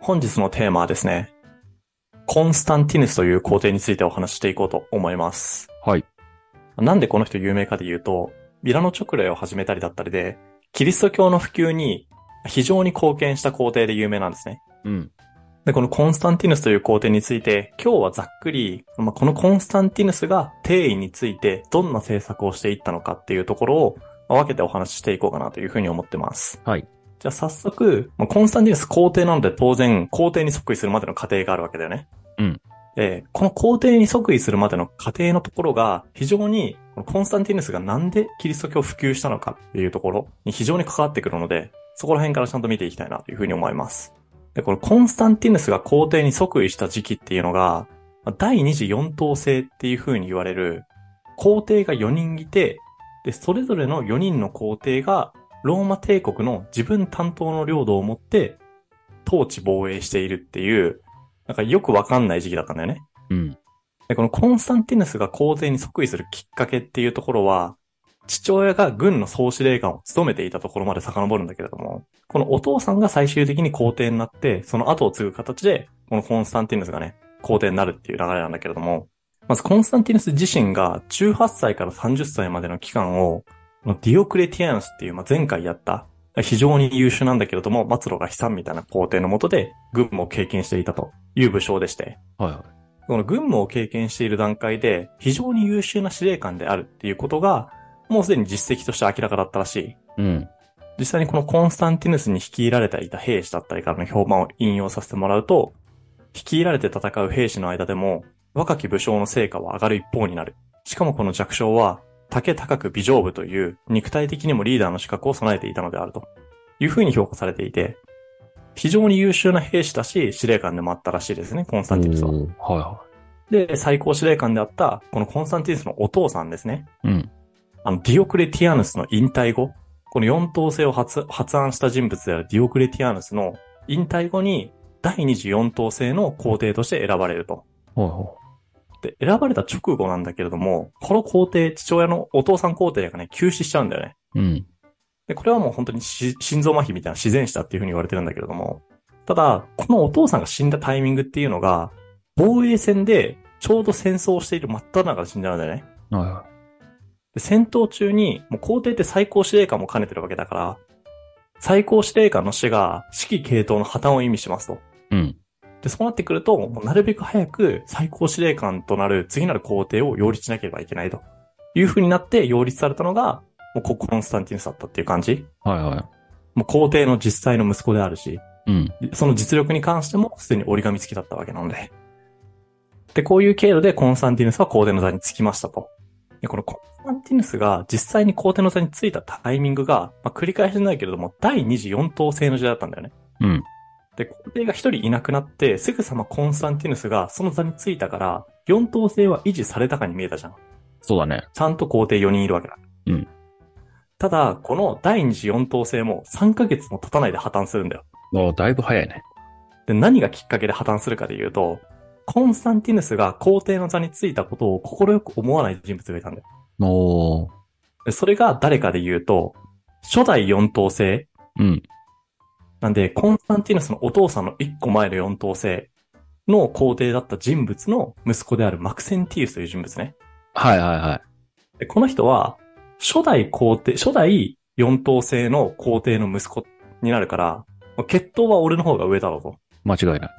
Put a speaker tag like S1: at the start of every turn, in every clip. S1: 本日のテーマはですね、コンスタンティヌスという皇帝についてお話ししていこうと思います。
S2: はい。
S1: なんでこの人有名かで言うと、ビラノ直令を始めたりだったりで、キリスト教の普及に非常に貢献した皇帝で有名なんですね。
S2: うん。
S1: で、このコンスタンティヌスという皇帝について、今日はざっくり、まあ、このコンスタンティヌスが帝位についてどんな政策をしていったのかっていうところをまあ分けてお話ししていこうかなというふうに思ってます。
S2: はい。
S1: じゃあ早速、まあ、コンスタンティヌス皇帝なので当然皇帝に即位するまでの過程があるわけだよね。
S2: うん。
S1: で、この皇帝に即位するまでの過程のところが非常にこのコンスタンティヌスがなんでキリスト教を普及したのかっていうところに非常に関わってくるので、そこら辺からちゃんと見ていきたいなというふうに思います。で、このコンスタンティヌスが皇帝に即位した時期っていうのが、まあ第二次四等制っていう風に言われる、皇帝が4人いて、で、それぞれの4人の皇帝が、ローマ帝国の自分担当の領土を持って、統治防衛しているっていう、なんかよくわかんない時期だったんだよね。
S2: うん。
S1: で、このコンスタンティヌスが皇帝に即位するきっかけっていうところは、父親が軍の総司令官を務めていたところまで遡るんだけれども、このお父さんが最終的に皇帝になって、その後を継ぐ形で、このコンスタンティヌスがね、皇帝になるっていう流れなんだけれども、まずコンスタンティヌス自身が18歳から30歳までの期間を、このディオクレティアヌスっていう、まあ、前回やった、非常に優秀なんだけれども、末路が悲惨みたいな皇帝の下で、軍務を経験していたという武将でして、
S2: はいは
S1: この軍務を経験している段階で非常に優秀な司令官であるっていうことが、もうすでに実績として明らかだったらしい。
S2: い。うん。
S1: 実際にこのコンスタンティヌスに率いられていた兵士だったりからの評判を引用させてもらうと、率いられて戦う兵士の間でも、若き武将の成果は上がる一方になる。しかもこの弱小は、竹高く美丈部という肉体的にもリーダーの資格を備えていたのであるというふうに評価されていて、非常に優秀な兵士だし、司令官でもあったらしいですね、コンスタンティヌスは。
S2: おーはいは
S1: で、最高司令官であった、このコンスタンティヌスのお父さんですね。
S2: い。うん。
S1: あの、ディオクレティアヌスの引退後、この四等星を発発案した人物であるディオクレティアヌスの引退後に、第二次四等星の皇帝として選ばれると。
S2: はいは
S1: で、選ばれた直後なんだけれども、この皇帝、父親のお父さん皇帝がね、急死しちゃうんだよね。
S2: い。うん。
S1: で、これはもう本当にし心臓麻痺みたいな自然死だっていうふうに言われてるんだけれども、ただ、このお父さんが死んだタイミングっていうのが、防衛戦でちょうど戦争をしている真っ只中で死んじゃうんだよね。
S2: はいは
S1: で戦闘中に、もう皇帝って最高司令官も兼ねてるわけだから、最高司令官の死が指揮系統の破綻を意味しますと。
S2: い。うん。
S1: で、そうなってくると、もうなるべく早く最高司令官となる次なる皇帝を擁立しなければいけないという風になって擁立されたのが、もうココンスタンティヌスだったっていう感じ。
S2: はいは
S1: もう皇帝の実際の息子であるし、
S2: い。うん。
S1: その実力に関してもすでに折り紙付きだったわけなので。で、こういう経路でコンスタンティヌスは皇帝の座につきましたと。で、このコンスタンティヌスが実際に皇帝の座についたタイミングが、まあ、繰り返しになるけれども、第二次四等制の時代だったんだよね。
S2: うん。
S1: で、皇帝が一人いなくなって、すぐさまコンスタンティヌスがその座についたから、四等制は維持されたかに見えたじゃん。
S2: そうだね。
S1: ちゃんと皇帝4人いるわけだ。
S2: うん。
S1: ただ、この第二次四等制も3ヶ月も経たないで破綻するんだよ。
S2: ああ、だいぶ早いね。
S1: で、何がきっかけで破綻するかで言うと、コンスタンティヌスが皇帝の座についたことを快く思わない人物がいたんだよ。
S2: おー。
S1: でそれが誰かで言うと、初代四等星。
S2: うん。
S1: なんで、コンスタンティヌスのお父さんの一個前の四等星の皇帝だった人物の息子であるマクセンティウスという人物ね。
S2: はいはいはい。
S1: でこの人は、初代皇帝、初代四等星の皇帝の息子になるから、もう血統は俺の方が上だろうと。
S2: 間違いない。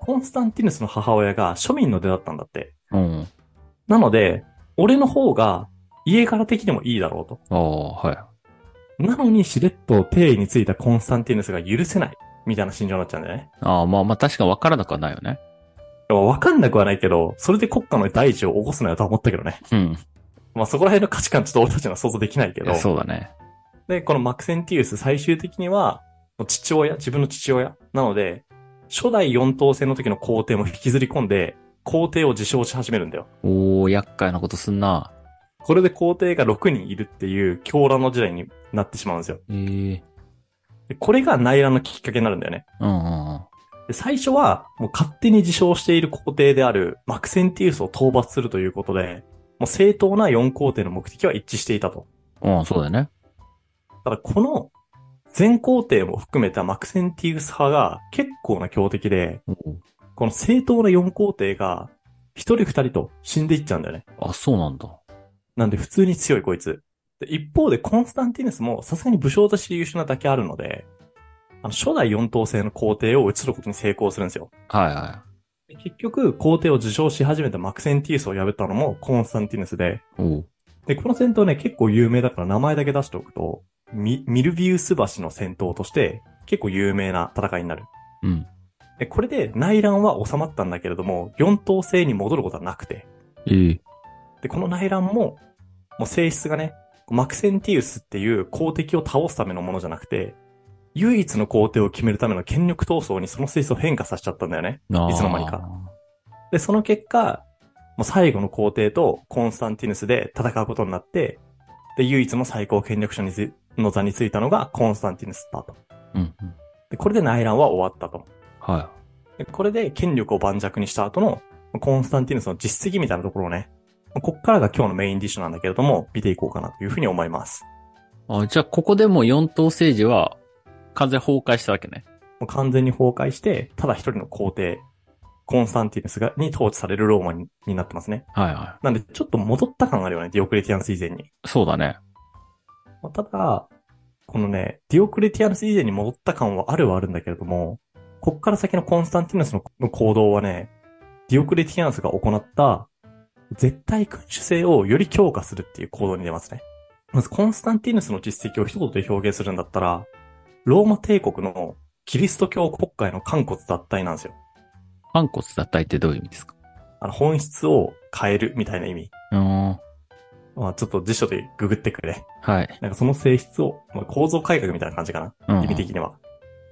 S1: コンスタンティヌスの母親が庶民の出だったんだって。
S2: うん。
S1: なので、俺の方が家柄的にもいいだろうと。
S2: ああ、はい。
S1: なのにしれっと帝位についたコンスタンティヌスが許せない。みたいな心情になっちゃうんだよね。
S2: ああ、まあまあ確かに分からなくはないよね。
S1: いやわかんなくはないけど、それで国家の大事を起こすのやとは思ったけどね。
S2: うん。
S1: まあそこら辺の価値観ちょっと俺たちには想像できないけ
S2: い
S1: ど
S2: や。そうだね。
S1: で、このマクセンティウス最終的には、父親、自分の父親なので、初代四等制の時の皇帝も引きずり込んで、皇帝を自称し始めるんだよ。
S2: おー、厄介なことすんな。
S1: これで皇帝が6人いるっていう狂乱の時代になってしまうんですよ。
S2: ええー。
S1: でこれが内乱のきっかけになるんだよね。
S2: うんうんうん。
S1: で最初は、もう勝手に自称している皇帝であるマクセンティウスを討伐するということで、もう正当な4皇帝の目的は一致していたと。
S2: うん、そうだよね。
S1: ただこの全皇帝も含めたマクセンティウス派が結構な強敵で、
S2: うん
S1: この正当な四皇帝が、一人二人と死んでいっちゃうんだよね。
S2: あ、そうなんだ。なん
S1: なんで普通に強いこいつ。で一方でコンスタンティヌスもさすがに武将として優秀なだけあるので、あの初代四等制の皇帝を討ち取ることに成功するんですよ。
S2: はいは
S1: で結局、皇帝を受賞し始めたマクセンティウスを破ったのもコンスタンティヌスで、
S2: い。おう
S1: で、この戦闘ね、結構有名だから名前だけ出しておくと、ミミルビウス橋の戦闘として結構有名な戦いになる。
S2: うん。
S1: で、これで内乱は収まったんだけれども、四等制に戻ることはなくて、
S2: ええ。
S1: で、この内乱も、もう性質がね、マクセンティウスっていう公敵を倒すためのものじゃなくて、唯一の皇帝を決めるための権力闘争にその性質を変化させちゃったんだよね。
S2: あー
S1: いつの間にか。で、その結果、もう最後の皇帝とコンスタンティヌスで戦うことになって、で、唯一の最高権力者につの座についたのがコンスタンティヌスだと。
S2: うんうん。
S1: で、これで内乱は終わったと。
S2: は
S1: でこれで権力を盤石にした後の、コンスタンティヌスの実績みたいなところをね、こっからが今日のメインディッシュなんだけれども、見ていこうかなというふうに思います。
S2: い。あ、じゃあ、ここでもう四等政治は、完全崩壊したわけね。
S1: もう完全に崩壊して、ただ一人の皇帝、コンスタンティヌスが、に統治されるローマにになってますね。
S2: はいは
S1: なんで、ちょっと戻った感があるよね、ディオクレティアヌス以前に。
S2: い。そうだね。
S1: まあただ、このね、ディオクレティアヌス以前に戻った感はあるはあるんだけれども、こっから先のコンスタンティヌスのの行動はね、ディオクレティアヌスが行った、絶対君主制をより強化するっていう行動に出ますね。まず、コンスタンティヌスの実績を一言で表現するんだったら、ローマ帝国のキリスト教国家への肝骨脱退なんですよ。
S2: 反骨脱退ってどういう意味ですか
S1: あの、本質を変えるみたいな意味。
S2: うーん。
S1: まあ、ちょっと辞書でググってくれ。
S2: はい。
S1: なんかその性質を、まあ、構造改革みたいな感じかな。
S2: うんうん
S1: 意味的には。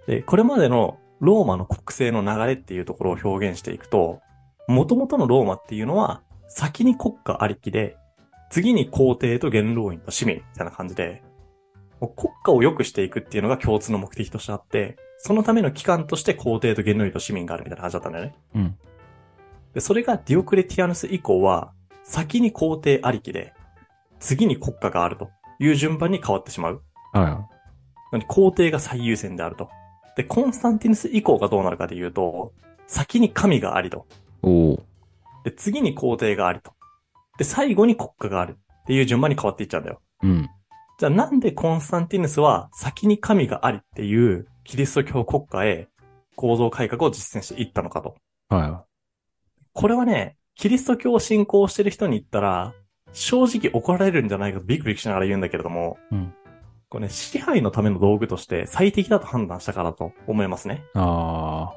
S1: で、これまでのローマの国政の流れっていうところを表現していくと、元々のローマっていうのは、先に国家ありきで、次に皇帝と元老院と市民みたいな感じで、もう国家を良くしていくっていうのが共通の目的としてあって、そのための機関として皇帝と元老院と市民があるみたいな感じだったんだよね。
S2: うん。
S1: で、それがディオクレティアヌス以降は、先に皇帝ありきで、次に国家があるという順番に変わってしまう。
S2: は
S1: なので皇帝が最優先であると。で、コンスタンティヌス以降がどうなるかで言うと、先に神がありと。
S2: い。おう。
S1: で、次に皇帝がありと。で、最後に国家があるっていう順番に変わっていっちゃうんだよ。
S2: うん。
S1: じゃあなんでコンスタンティヌスは先に神がありっていうキリスト教国家へ構造改革を実践していったのかと。
S2: は
S1: これはね、キリスト教を信仰してる人に言ったら、正直怒られるんじゃないかとビクビクしながら言うんだけれども、
S2: うん
S1: これね、支配のための道具として最適だと判断したからと思いますね。
S2: い。あ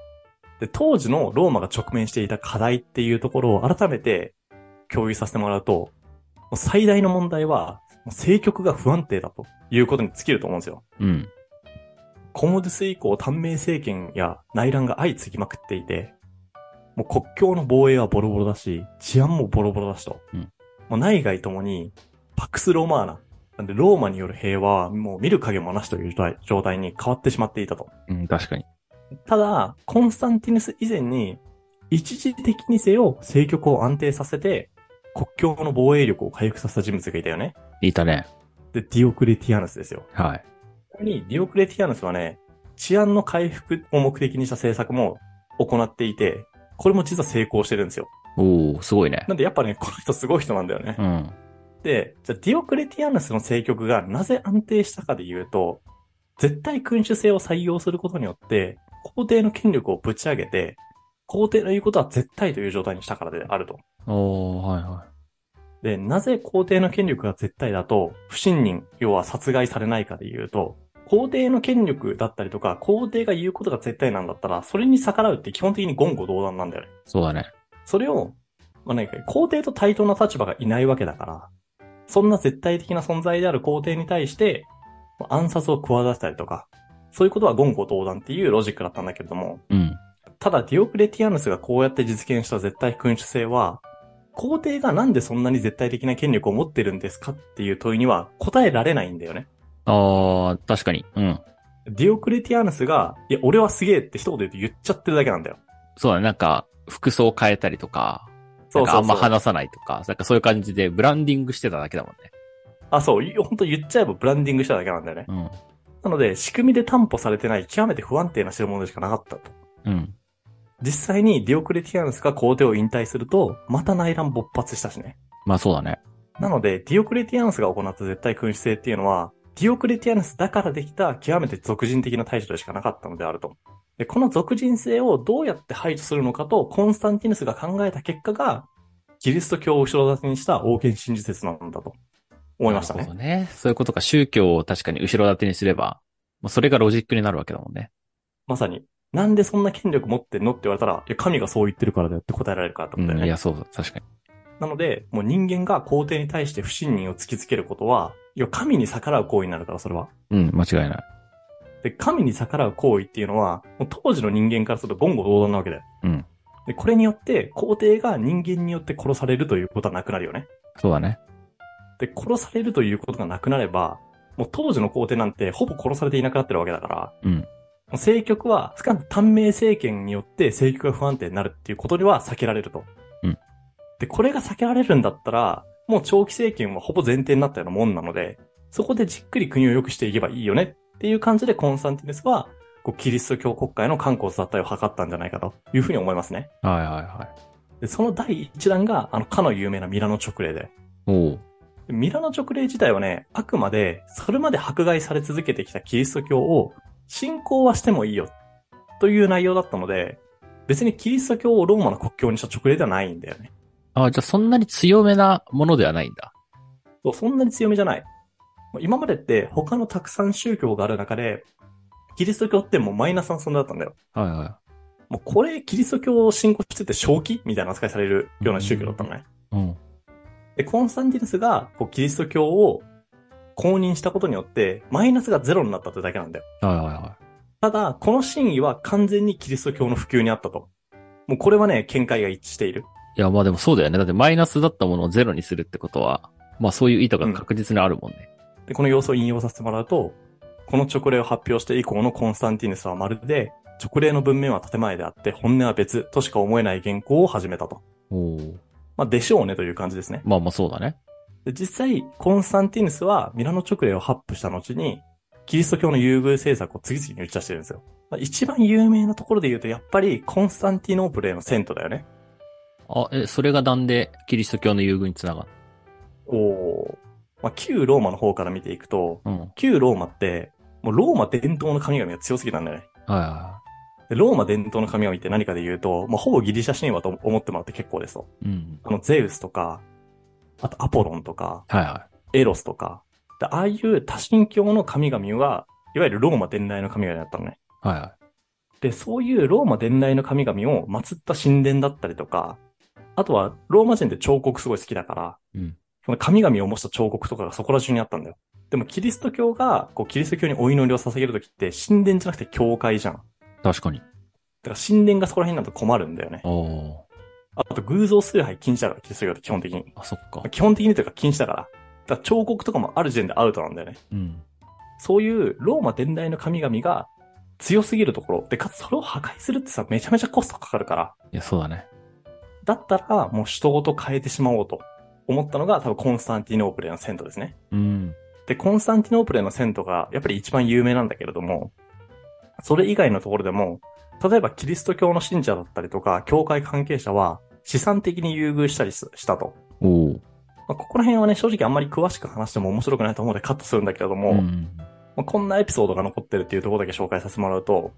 S1: で、当時のローマが直面していた課題っていうところを改めて共有させてもらうと、もう最大の問題は、もう政局が不安定だということに尽きると思うんですよ。
S2: ー。うん。
S1: コモデュス以降、短命政権や内乱が相次ぎまくっていて、もう国境の防衛はボロボロだし、治安もボロボロだしと。
S2: うん
S1: もう内外ともに、パクスロマーナ。なんで、ローマによる平和はもう見る影もなしという状態状態に変わってしまっていたと。
S2: うん、確かに。
S1: ただ、コンスタンティヌス以前に、一時的にせよ政局を安定させて、国境の防衛力を回復させた人物がいたよね。
S2: いたね。
S1: で、ディオクレティアヌスですよ。
S2: はい。
S1: ちなみに、ディオクレティアヌスはね、治安の回復を目的にした政策も行っていて、これも実は成功してるんですよ。
S2: おー、すごいね
S1: な。んでやっぱね、この人すごい人なんだよね
S2: う。ん。
S1: で、じゃあディオクレティアヌスの政局がなぜ安定したかで言うと、絶対君主制を採用することによって、皇帝の権力をぶち上げて、皇帝の言うことは絶対という状態にしたからであると。
S2: おー、はいは
S1: で、なぜ皇帝の権力が絶対だと、不信任、要は殺害されないかで言うと、皇帝の権力だったりとか、皇帝が言うことが絶対なんだったら、それに逆らうって基本的に言語道断なんだよね。
S2: い。そうだね。
S1: それを、まあね、皇帝と対等な立場がいないわけだから、そんな絶対的な存在である皇帝に対して、まあ暗殺を企てたりとか、そういうことは言語道断っていうロジックだったんだけれども、
S2: うん。
S1: ただディオクレティアヌスがこうやって実現した絶対君主制は、皇帝がなんでそんなに絶対的な権力を持ってるんですかっていう問いには答えられないんだよね。
S2: あー、確かに。うん。
S1: ディオクレティアヌスが、いや、俺はすげえって一言で言っちゃってるだけなんだよ。
S2: そうだね。なんか、服装変えたりとか、
S1: そうそうそう。
S2: なんかあんま話さないとか、なんかそういう感じでブランディングしてただけだもんね。
S1: あ、そう。い本当言っちゃえばブランディングしただけなんだよね。
S2: うん。
S1: なので、仕組みで担保されてない極めて不安定な代物でしかなかったと。
S2: うん。
S1: 実際にディオクレティアヌスが皇帝を引退すると、また内乱勃発したしね。
S2: まあそうだね。
S1: なので、ディオクレティアヌスが行った絶対君主制っていうのは、ディオクレティアヌスだからできた極めて俗人的な対処でしかなかったのであると。で、この俗人性をどうやって排除するのかと、コンスタンティヌスが考えた結果が、キリスト教を後ろ盾にした王権真実説なんだと思いました
S2: なる
S1: ね
S2: ほ。どね。そういうことか。宗教を確かに後ろ盾にすれば、まあそれがロジックになるわけだもんね。
S1: まさに。なんでそんな権力持ってんのって言われたら、いや、神がそう言ってるからだよって答えられるからと
S2: う
S1: 思ったよ
S2: ん。
S1: ね。
S2: いや、そうそう、確かに。
S1: なので、もう人間が皇帝に対して不信任を突きつけることは、いや、神に逆らう行為になるから、それは。
S2: うん、間違いない。
S1: で、神に逆らう行為っていうのは、もう当時の人間からすると言語道断なわけだよ。
S2: うん。
S1: で、これによって、皇帝が人間によって殺されるということはなくなるよね。
S2: そうだね。
S1: で、殺されるということがなくなれば、もう当時の皇帝なんてほぼ殺されていなくなってるわけだから、
S2: うん
S1: もう政局は、しかも短命政権によって政局が不安定になるっていうことには避けられると。
S2: うん
S1: で、これが避けられるんだったら、もう長期政権はほぼ前提になったようなもんなので、そこでじっくり国を良くしていけばいいよねっていう感じでコンスタンティヌスは、こうキリスト教国会の韓国脱退を図ったんじゃないかというふうに思いますね。
S2: はいはいはい。
S1: で、その第一弾が、あの、かの有名なミラノ直令で、
S2: おう。
S1: ミラノ直令自体はね、あくまで、それまで迫害され続けてきたキリスト教を、信仰はしてもいいよ、という内容だったので、別にキリスト教をローマの国境にした直令ではないんだよね。
S2: あ、じゃあそんなに強めなものではないんだ。
S1: そうそんなに強みじゃない。もう今までって他のたくさん宗教がある中で、キリスト教ってもうマイナスな存在だったんだよ。
S2: はいは
S1: もうこれ、キリスト教を信仰してて正気みたいな扱いされるような宗教だったのね。
S2: い。うん。
S1: で、コンスタンティヌスがこうキリスト教を公認したことによって、マイナスがゼロになったってだけなんだよ。
S2: はいはいは
S1: ただ、この真意は完全にキリスト教の普及にあったと。もうこれはね、見解が一致している。
S2: い。いや、まあでもそうだよね。だってマイナスだったものをゼロにするってことは、まあそういう意図が確実にあるもんね。
S1: で、この様子を引用させてもらうと、この直令を発表して以降のコンスタンティヌスはまるで、直令の文面は建前であって、本音は別としか思えない原稿を始めたと。
S2: おう
S1: まあ、でしょうねという感じですね。
S2: まあまあそうだね。
S1: で実際、コンスタンティヌスはミラノ直令を発布した後に、キリスト教の優遇政策を次々に打ち出してるんですよ。まあ一番有名なところで言うと、やっぱりコンスタンティノープルへの遷都だよね。
S2: あ、え、それがなんでキリスト教の優遇につながる
S1: おお。まあ、旧ローマの方から見ていくと、
S2: うん。はい
S1: 旧ローマって、もうローマ伝統の神々が強すぎたんだよね。
S2: は
S1: でローマ伝統の神々って何かで言うと、まあ、ほぼギリシャ神話と思ってもらって結構ですと。
S2: い。うん。
S1: あの、ゼウスとか、あとアポロンとか、
S2: はいは
S1: エロスとか、でああいう多神教の神々は、いわゆるローマ伝来の神々だったのね。
S2: い。はいは
S1: で、そういうローマ伝来の神々を祀った神殿だったりとか、あとはローマ人って彫刻すごい好きだから、
S2: い。うん。
S1: その神々を模した彫刻とかがそこら中にあったんだよ。でもキリスト教が、こう、キリスト教にお祈りを捧げるときって神殿じゃなくて教会じゃん。だ
S2: 確かに。
S1: から神殿がそこら辺になると困るんだよね。
S2: おー
S1: あと偶像崇拝禁止だから、キリスト教って基本的に。
S2: あ、そっか。
S1: 基本的にというか禁止だから。だから彫刻とかもある時点でアウトなんだよね。
S2: うん。
S1: そういうローマ伝来の神々が強すぎるところ、で、かつそれを破壊するってさ、めちゃめちゃコストかかるから、
S2: いや、そうだね。
S1: だったらもう人ごと変えてしまおうと思ったのが多分コンスタンティノープレのセントですね。
S2: うん。
S1: で、コンスタンティノープレのセントがやっぱり一番有名なんだけれども、それ以外のところでも、例えばキリスト教の信者だったりとか、教会関係者は資産的に優遇したりししたと。
S2: おー
S1: まあここら辺はね、正直あんまり詳しく話しても面白くないと思うのでカットするんだけれども、
S2: うん。
S1: まあ、こんなエピソードが残ってるっていうところだけ紹介させてもらうと、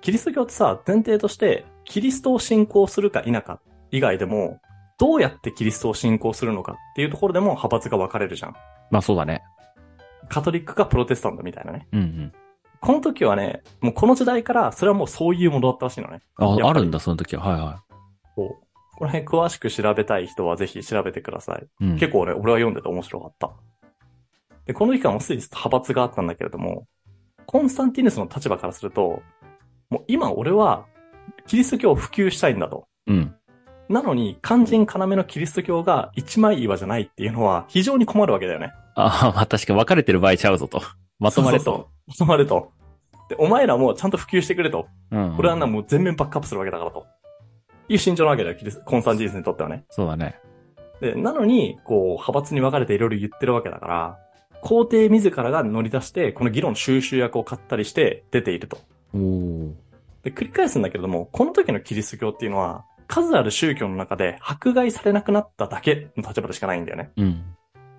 S1: キリスト教ってさ、前提として、キリストを信仰するか否か以外でも、どうやってキリストを信仰するのかっていうところでも派閥が分かれるじゃん。
S2: まあそうだね。
S1: カトリックかプロテスタントみたいなね。
S2: うんうん。
S1: この時はね、もうこの時代から、それはもうそういうものだったらしいのね。やっぱり
S2: あ、あるんだ、その時は。はいは
S1: こうこの辺詳しく調べたい人はぜひ調べてください。
S2: い。うん。
S1: 結構ね、俺は読んでて面白かった。で、この期間もすでに派閥があったんだけれども、コンスタンティヌスの立場からすると、もう今俺はキリスト教を普及したいんだと。
S2: うん。
S1: なのに、肝心要のキリスト教が一枚岩じゃないっていうのは非常に困るわけだよね。
S2: あ まあ確かに分かれてる場合ちゃうぞ と。まとまれ
S1: そうそうそ
S2: と。
S1: う。まとまると。で、お前らもちゃんと普及してくれと。
S2: うん。
S1: これはな、もう全面バックアップするわけだからと。いう心情なわけだよ、キリスコンスタンティヌスにとってはね。
S2: そうだね。
S1: で、なのに、こう、派閥に分かれていろいろ言ってるわけだから、皇帝自らが乗り出して、この議論収集役を買ったりして出ていると。
S2: おー
S1: で、繰り返すんだけれども、この時のキリスト教っていうのは、数ある宗教の中で迫害されなくなっただけの立場でしかないんだよね。
S2: うん。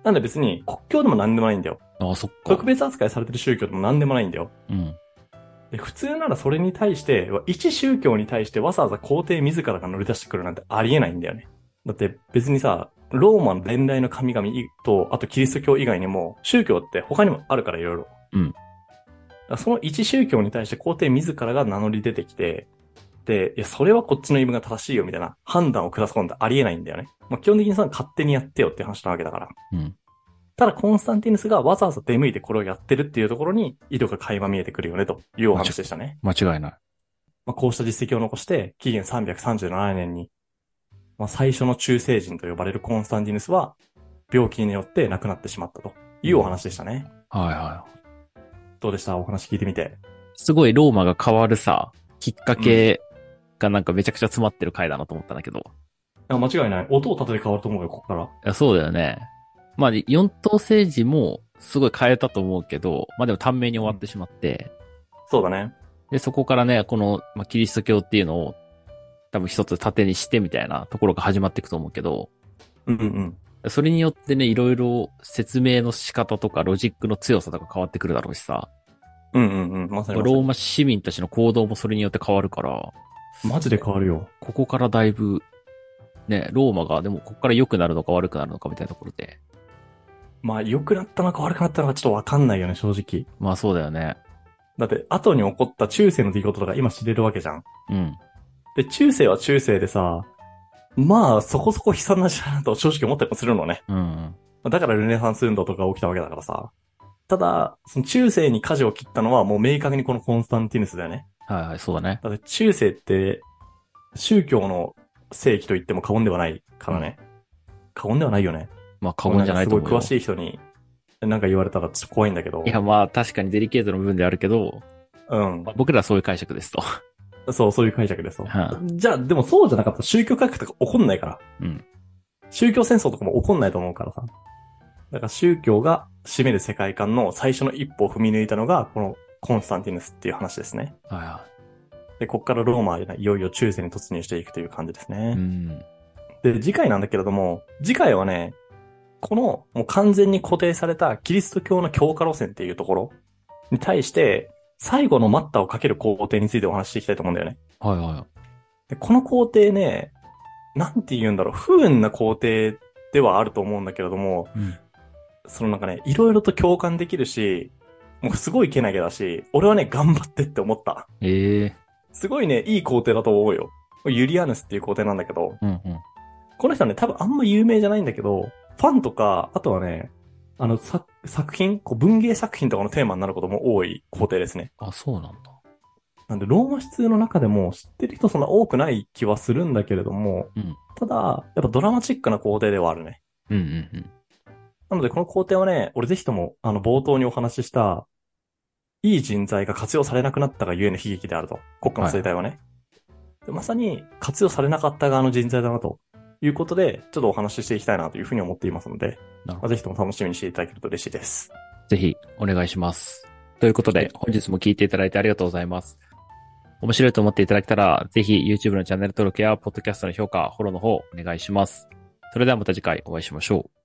S1: なんで別に国教でも何でもないんだよ。
S2: ああ、そっか
S1: 特。別扱いされてる宗教でも何でもないんだよ。
S2: うん。
S1: で、普通ならそれに対して、一宗教に対してわざわざ皇帝自らが乗り出してくるなんてありえないんだよね。だって別にさ、ローマの伝来の神々と、あとキリスト教以外にも、宗教って他にもあるからいろいろ。
S2: うん
S1: だからその一宗教に対して皇帝自らが名乗り出てきて、で、いや、それはこっちの言い分が正しいよみたいな判断を下すことなんてありえないんだよね。まあ、基本的にさ、勝手にやってよって話なわけだから。
S2: うん。
S1: ただ、コンスタンティヌスがわざわざ出向いてこれをやってるっていうところに、意図が垣間見えてくるよね、というお話でしたね。
S2: 間違いない。
S1: まあ、こうした実績を残して、紀元337年に、まあ、最初の中世人と呼ばれるコンスタンティヌスは、病気によって亡くなってしまったというお話でしたね。
S2: はいはい。
S1: どうでしたお話聞いてみて。
S2: すごいローマが変わるさ、きっかけがなんかめちゃくちゃ詰まってる回だなと思ったんだけど。
S1: あ間違いない。音を立てて変わると思うよ、ここから。
S2: いや、そうだよね。まあ、四等星時もすごい変えたと思うけど、まあでも短命に終わってしまって、
S1: そうだね。
S2: で、そこからね、この、まあ、キリスト教っていうのを多分一つ盾にしてみたいなところが始まっていくと思うけど、
S1: うんうんうん。
S2: それによってね、いろいろ説明の仕方とかロジックの強さとか変わってくるだろうしさ、
S1: うんうんうん。まさに
S2: ロ
S1: まさに
S2: ーマ市民たちの行動もそれによって変わるから、
S1: マジで変わるよ。
S2: ここからだいぶ、ね、ローマがでもここから良くなるのか悪くなるのかみたいなところで、
S1: まあ、良くなったのか悪くなったのかちょっとわかんないよね、正直。
S2: まあそうだよね。
S1: だって、後に起こった中世の出来事とか今知れるわけじゃん。
S2: うん。
S1: で、中世は中世でさ、まあ、そこそこ悲惨な時代だと正直思ったりもするのね。
S2: うんうん。
S1: だからルネサンス運動とか起きたわけだからさ。ただ、その中世に舵を切ったのはもう明確にこのコンスタンティヌスだよね。
S2: はいはい、そうだね。
S1: だって中世って宗教の世紀と言っても過言ではないからね。過言ではないよね。
S2: まあ過言じゃないと思うよ。
S1: すごい詳しい人になんか言われたらちょっと怖いんだけど。
S2: いや、まあ確かにデリケートの部分であるけど、
S1: うん
S2: まあ。僕らはそういう解釈ですと。
S1: そう、そういう解釈ですよ。
S2: は
S1: じゃあ、でもそうじゃなかったら宗教改革とか起こんないから。
S2: うん
S1: 宗教戦争とかも起こんないと思うからさ。だから宗教が占める世界観の最初の一歩を踏み抜いたのが、このコンスタンティヌスっていう話ですね。
S2: はいは
S1: で、こっからローマはいよいよ中世に突入していくという感じです
S2: い。う
S1: ね。
S2: ん。
S1: で、次回なんだけれども、次回はね、このもう完全に固定されたキリスト教の強化路線っていうところに対して、最後の待ったをかける工程についてお話ししていきたいと思うんだよね。
S2: はいは
S1: でこの工程ね、なんて言うんだろう、不運な工程ではあると思うんだけれども、
S2: い。うん。
S1: そのなんかね、いろいろと共感できるし、もうすごいけなげだし、俺はね、頑張ってって思った。
S2: ええ
S1: すごいね、いい工程だと思うよ。ユリアヌスっていう工程なんだけど、
S2: うんうん。
S1: この人はね、多分あんま有名じゃないんだけど、ファンとか、あとはね、あの、さ作品、こう文芸作品とかのテーマになることも多い工程ですね。
S2: あ、そうなんだ。
S1: なんで、ローマ史通の中でも知ってる人そんな多くない気はするんだけれども、
S2: うん
S1: ただ、やっぱドラマチックな工程ではあるね。
S2: うんうんうん。
S1: なので、この工程はね、俺ぜひとも、あの、冒頭にお話しした、いい人材が活用されなくなったがゆえの悲劇であると。国家の衰退はね。でまさに、活用されなかった側の人材だなと。いうことで、ちょっとお話ししていきたいなというふうに思っていますので、
S2: なる
S1: まあ
S2: ほど。
S1: ぜひとも楽しみにしていただけると嬉しいです。
S2: ぜひ、お願いします。ということで、本日も聞いていただいてありがとうございます。面白いと思っていただけたら、ぜひ YouTube のチャンネル登録や、ポッドキャストの評価、フォローの方、お願いします。それではまた次回お会いしましょう。